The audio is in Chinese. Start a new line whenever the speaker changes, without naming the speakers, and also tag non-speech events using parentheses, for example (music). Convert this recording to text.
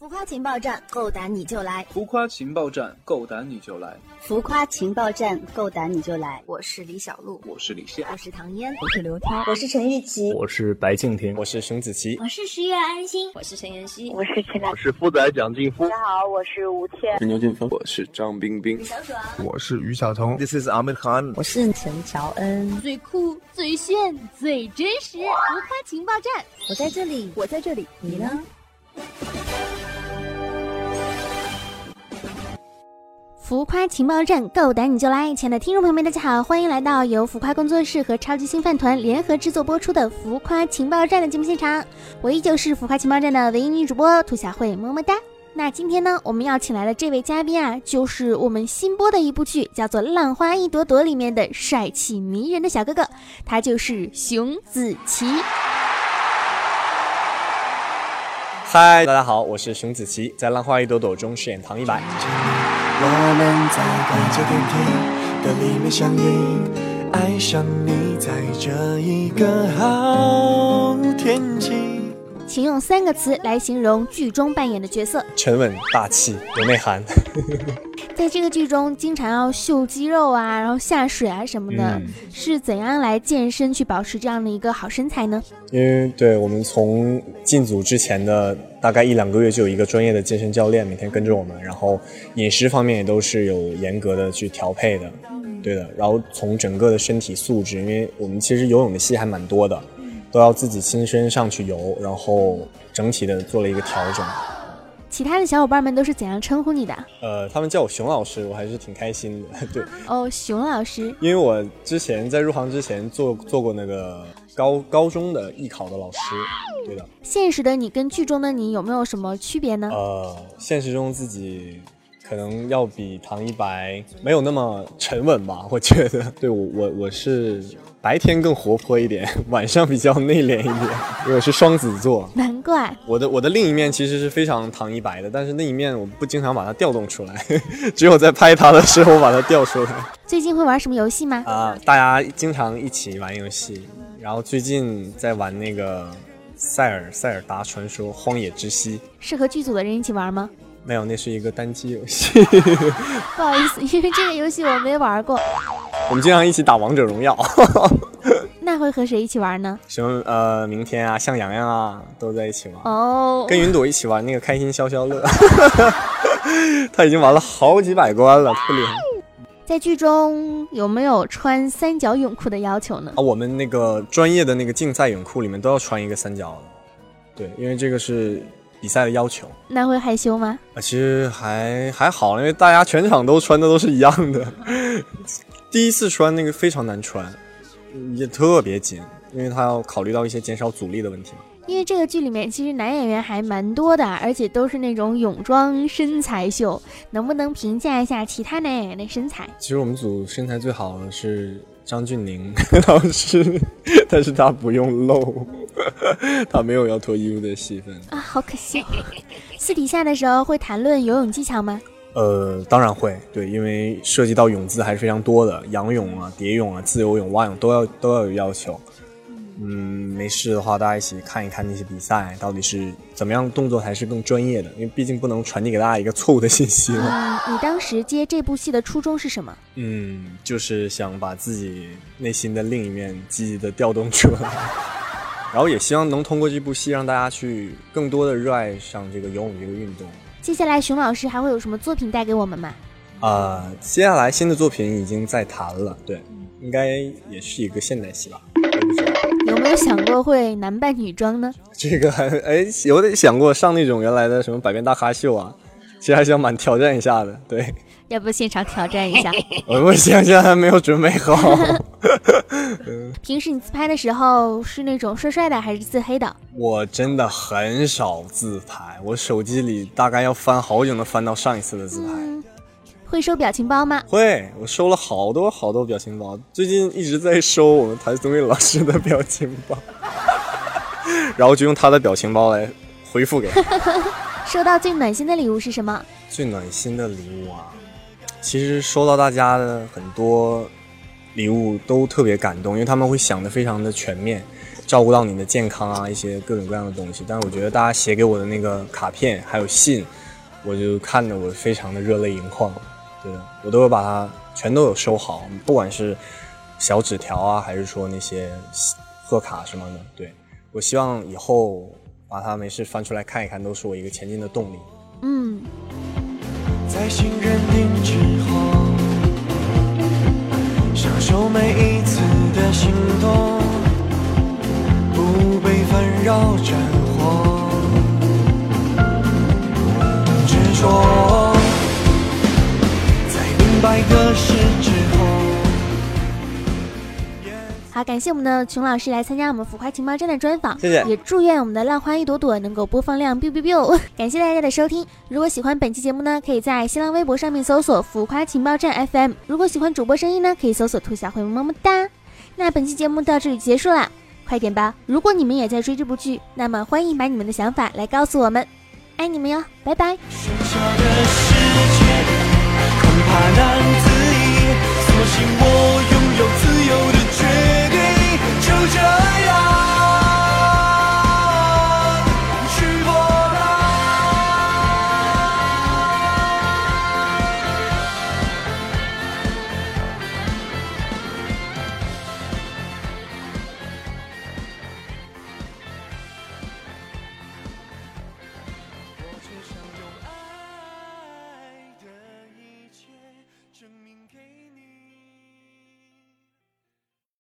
浮夸情报站，够胆你就来！
浮夸情报站，够胆你就来！
浮夸情报站，够胆你就来！
我是李小璐，
我是李现，
我是唐嫣，
我是刘涛，
我是陈玉琪，
我是白敬亭，
我是熊梓淇，
我是十月安心，
我是陈妍希，
我是陈楠，
我是夫仔蒋劲夫。
大家好，我是吴倩，
我是牛俊峰，
我是张冰冰，
小爽，
我是于晓彤
，This is Ahmed Khan，
我是陈乔恩，
最酷、最炫、最真实，浮夸情报站，
我在这里，
我在这里，
你呢？
浮夸情报站，够胆你就来！亲爱的听众朋友们，大家好，欢迎来到由浮夸工作室和超级星饭团联合制作播出的《浮夸情报站》的节目现场，我依旧是浮夸情报站的唯一女主播兔小慧，么么哒。那今天呢，我们要请来的这位嘉宾啊，就是我们新播的一部剧，叫做《浪花一朵朵》里面的帅气迷人的小哥哥，他就是熊梓淇。
嗨，大家好，我是熊梓淇，在《浪花一朵朵》中饰演唐一白。
我们在拐角电梯的里面相遇，爱上你在这一个好天气。
请用三个词来形容剧中扮演的角色：
沉稳、大气、有内涵。
在这个剧中，经常要秀肌肉啊，然后下水啊什么的，嗯、是怎样来健身去保持这样的一个好身材呢？
(laughs) 因为对我们从进组之前的大概一两个月，就有一个专业的健身教练每天跟着我们，然后饮食方面也都是有严格的去调配的，嗯、对的。然后从整个的身体素质，因为我们其实游泳的戏还蛮多的。都要自己亲身上去游，然后整体的做了一个调整。
其他的小伙伴们都是怎样称呼你的？
呃，他们叫我熊老师，我还是挺开心的。 (laughs) 对，
哦，熊老师，
因为我之前在入行之前做做过那个高高中的艺考的老师，对的。
现实的你跟剧中的你有没有什么区别呢？
呃，现实中自己。可能要比唐一白没有那么沉稳吧，我觉得。 (laughs) 对我我我是白天更活泼一点， (laughs) 晚上比较内敛一点。 (laughs) 我是双子座，
难怪。
我的我的另一面其实是非常唐一白的，但是那一面我不经常把它调动出来， (laughs) 只有在拍他的时候把它调出来。
最近会玩什么游戏吗？
啊、呃，大家经常一起玩游戏，然后最近在玩那个《塞尔塞尔达传说：荒野之息》，
是和剧组的人一起玩吗？
没有，那是一个单机游戏。 (laughs)
不好意思， (laughs) 因为这个游戏我没玩过。
我们经常一起打王者荣耀。
那会和谁一起玩呢？
什么呃，明天啊，向阳阳啊，都在一起玩。
哦
，oh. 跟云朵一起玩那个开心消消乐。 (laughs) 他已经玩了好几百关了，特厉害。
在剧中有没有穿三角泳裤的要求呢？
啊，我们那个专业的那个竞赛泳裤里面都要穿一个三角的。对，因为这个是。比赛的要求，
那会害羞吗？
啊，其实还还好，因为大家全场都穿的都是一样的。 (laughs) 第一次穿那个非常难穿，也特别紧，因为他要考虑到一些减少阻力的问题。
因为这个剧里面其实男演员还蛮多的，而且都是那种泳装身材秀，能不能评价一下其他男演员的身材？
其实我们组身材最好的是张峻宁 (laughs) 老师，但是他不用露。 (laughs) 他没有要脱衣服的戏份
啊，好可惜。 (laughs) 私底下的时候会谈论游泳技巧吗？
呃，当然会，对，因为涉及到泳姿还是非常多的，仰泳啊、蝶泳啊、自由泳、蛙泳都要都要有要求。嗯，没事的话，大家一起看一看那些比赛到底是怎么样动作才是更专业的，因为毕竟不能传递给大家一个错误的信息
(laughs)
嘛、
嗯。你当时接这部戏的初衷是什么？
嗯，就是想把自己内心的另一面积极的调动出来。然后也希望能通过这部戏让大家去更多的热爱上这个游泳这个运动。
接下来熊老师还会有什么作品带给我们吗？
啊、呃，接下来新的作品已经在谈了，对，应该也是一个现代戏吧。 (laughs)
有没有想过会男扮女装呢？
这个 (laughs) 还哎，有点想过上那种原来的什么百变大咖秀啊，其实还想蛮挑战一下的，对。 (laughs)
要不现场挑战一下？
我我想想还没有准备好。
(laughs)
(laughs)
平时你自拍的时候是那种帅帅的还是自黑的？
我真的很少自拍，我手机里大概要翻好久能翻到上一次的自拍。嗯、
会收表情包吗？
会，我收了好多好多表情包，最近一直在收我们谭松蔚老师的表情包， (laughs) 然后就用他的表情包来回复给他。
收到最暖心的礼物是什么？
最暖心的礼物啊！其实收到大家的很多礼物都特别感动，因为他们会想的非常的全面，照顾到你的健康啊，一些各种各样的东西。但是我觉得大家写给我的那个卡片还有信，我就看着我非常的热泪盈眶，对的，我都有把它全都有收好，不管是小纸条啊，还是说那些贺卡什么的，对我希望以后把它没事翻出来看一看，都是我一个前进的动力。
嗯，
在信任定之后，享受每一次的心动，不被烦扰战火。执着，在明白的事之后。
好，感谢我们的琼老师来参加我们浮夸情报站的专访，
谢谢
也祝愿我们的浪花一朵朵能够播放量 biu biu biu。感 (laughs) 谢大家的收听，如果喜欢本期节目呢，可以在新浪微博上面搜索“浮夸情报站 FM”，如果喜欢主播声音呢，可以搜索“兔小慧么么哒”。那本期节目到这里结束啦，快点吧！如果你们也在追这部剧，那么欢迎把你们的想法来告诉我们，爱你们哟，拜拜。
喧嚣的世界，恐怕难